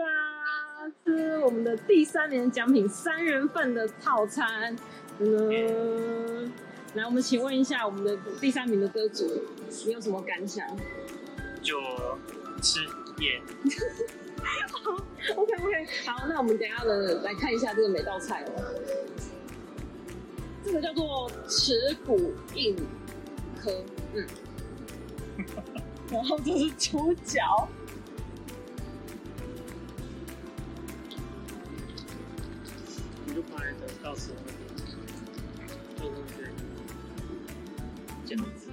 啊我们的第三年奖品三人份的套餐。嗯，来，我们请问一下我们的第三名的歌主，你有什么感想就吃也？OK OK，好，那我们等一下呢来看一下这个每道菜哦。这个叫做耻骨硬壳，嗯，然后这是猪脚。你就放在这，到时候就会是这样子。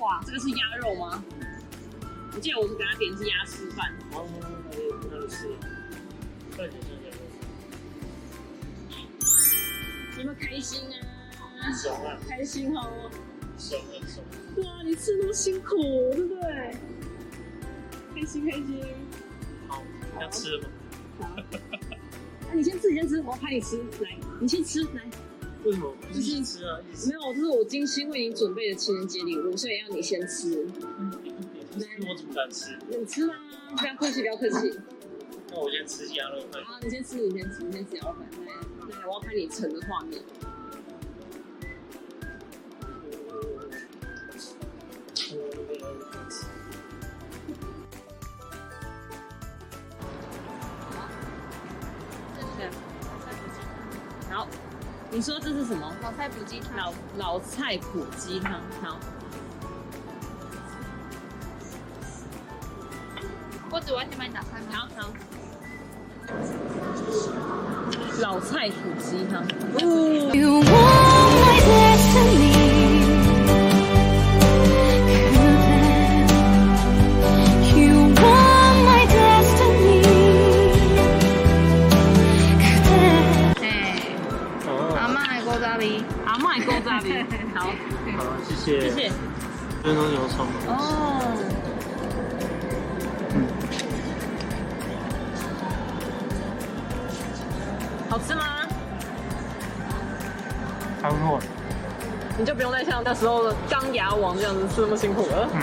哇，这个是鸭肉吗？我记得我是给他点的是鸭丝饭。然后那个是饭前像这有没有开心啊样，？爽啊，开心哦！爽啊，爽啊！对啊，你吃那么辛苦，对不对？开心开心。好，要吃了吗？好，那、你先吃，你先吃，我要拍你吃。来，你先吃，来。为什么不一起吃啊？一起没有，这是我精心为你准备的情人节礼物，所以要你先吃。吃，我怎么敢吃？你吃啦，不要客气，不要客气。那我先吃鸭肉饭。好，你先吃，你先吃，你先吃要饭。来，来，我要拍你盛的画面。对，好，你说这是什么？老菜补鸡汤，老老菜苦鸡汤，好，锅子完全把你打开吗？好，好。老菜苦鸡汤，哦， You want my destiny. Could you want my destiny? Could 哎，阿哦，妈的锅仔味，阿麦锅炸饼， 好，好，谢谢，谢谢。这都有葱。哦，好吃吗？汤货，你就不用再像那时候的当牙王这样子吃那么辛苦了。嗯，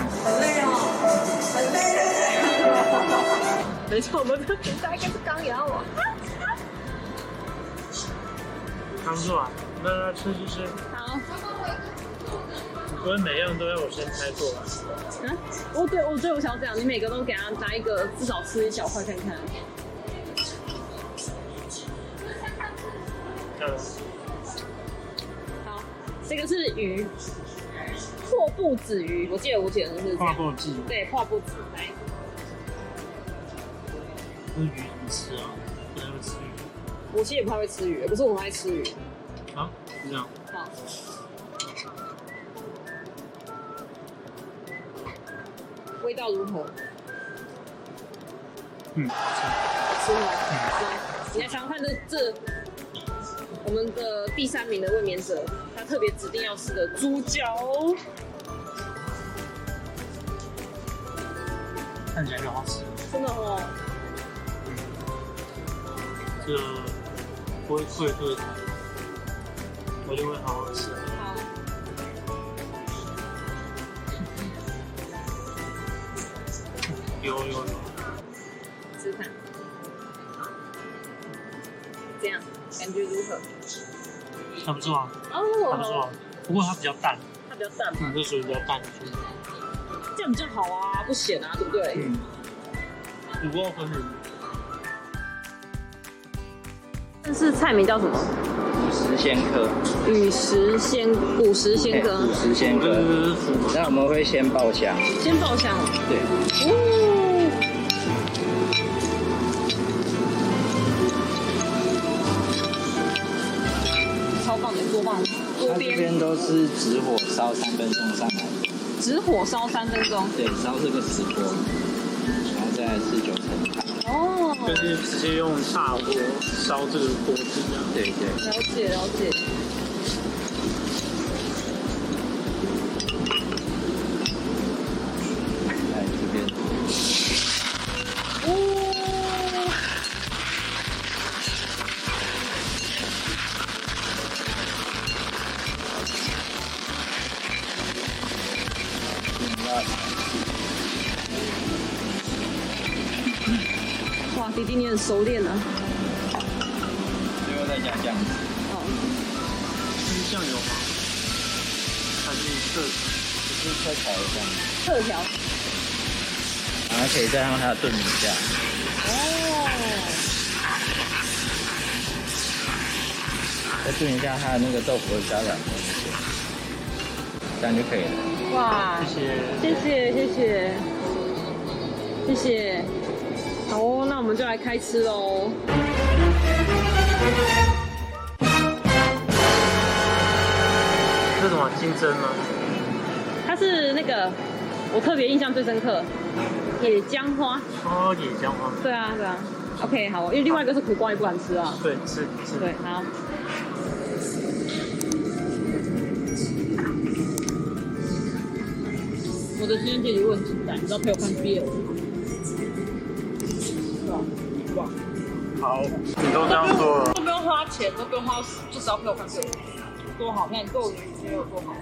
等一下，我们的评价应该是钢牙王。汤货啊，那吃吃吃，好，你不会每样都要我先开做吧？啊嗯，我对我对我想要这样，你每个都给他拿一个，至少吃一小块看看。嗯，好，这个是鱼，破布子鱼，我记得我点的是这画样。过记，对，破布子，来，吃鱼你吃啊，不能吃鱼我其实也不太会吃鱼，可是我很爱吃鱼。啊，就这样。好。味道如何？嗯，吃吗？来，你来尝尝看这这我们的第三名的卫冕者，他特别指定要吃的猪脚哦。看起来就好吃，真的哦，这不会愧对它，我一定会好好吃。好。有有有，吃看，这样感觉如何？还不错啊，还不错哦啊，，不过它比较淡，它比较淡，嗯，这属于比较淡的蔬菜。这样比较好啊，不咸啊，对不对？嗯，五锅分很这是菜名叫什么？十仙客，与时鲜，古时鲜嘿羹五，十仙客，那我们会先爆香，先爆香。对，哦，超棒的，多棒！多它这边边都是直火烧三分钟上来，直火烧三分钟。对，烧这个石锅，然后再来是九层塔，哦，就是直接用大火烧这个锅底这样。对对，了解了解。来这边哦，嗯哇，弟弟你很熟练啊。最后再加酱，哦，是酱油吗？还是这就是快炒一下，特调。然后可以再让它炖一下。哦，再炖一下它的那个豆腐的焦软度，这样就可以了。哇，这些？谢谢谢谢谢谢。好哦，那我们就来开吃喽。这什么金针吗？它是那个我特别印象最深刻，野姜花。哦，野姜吗？对啊对啊。OK，好哦，因为另外一个是苦瓜也不敢吃啊。对，是是。对，好。我的时间解决问题在，你知道陪我看 BL 是吧？好，你都这样说了，都不用花钱，都不用花，就只要陪我看 BL，多好！你看你对我的理解有多好？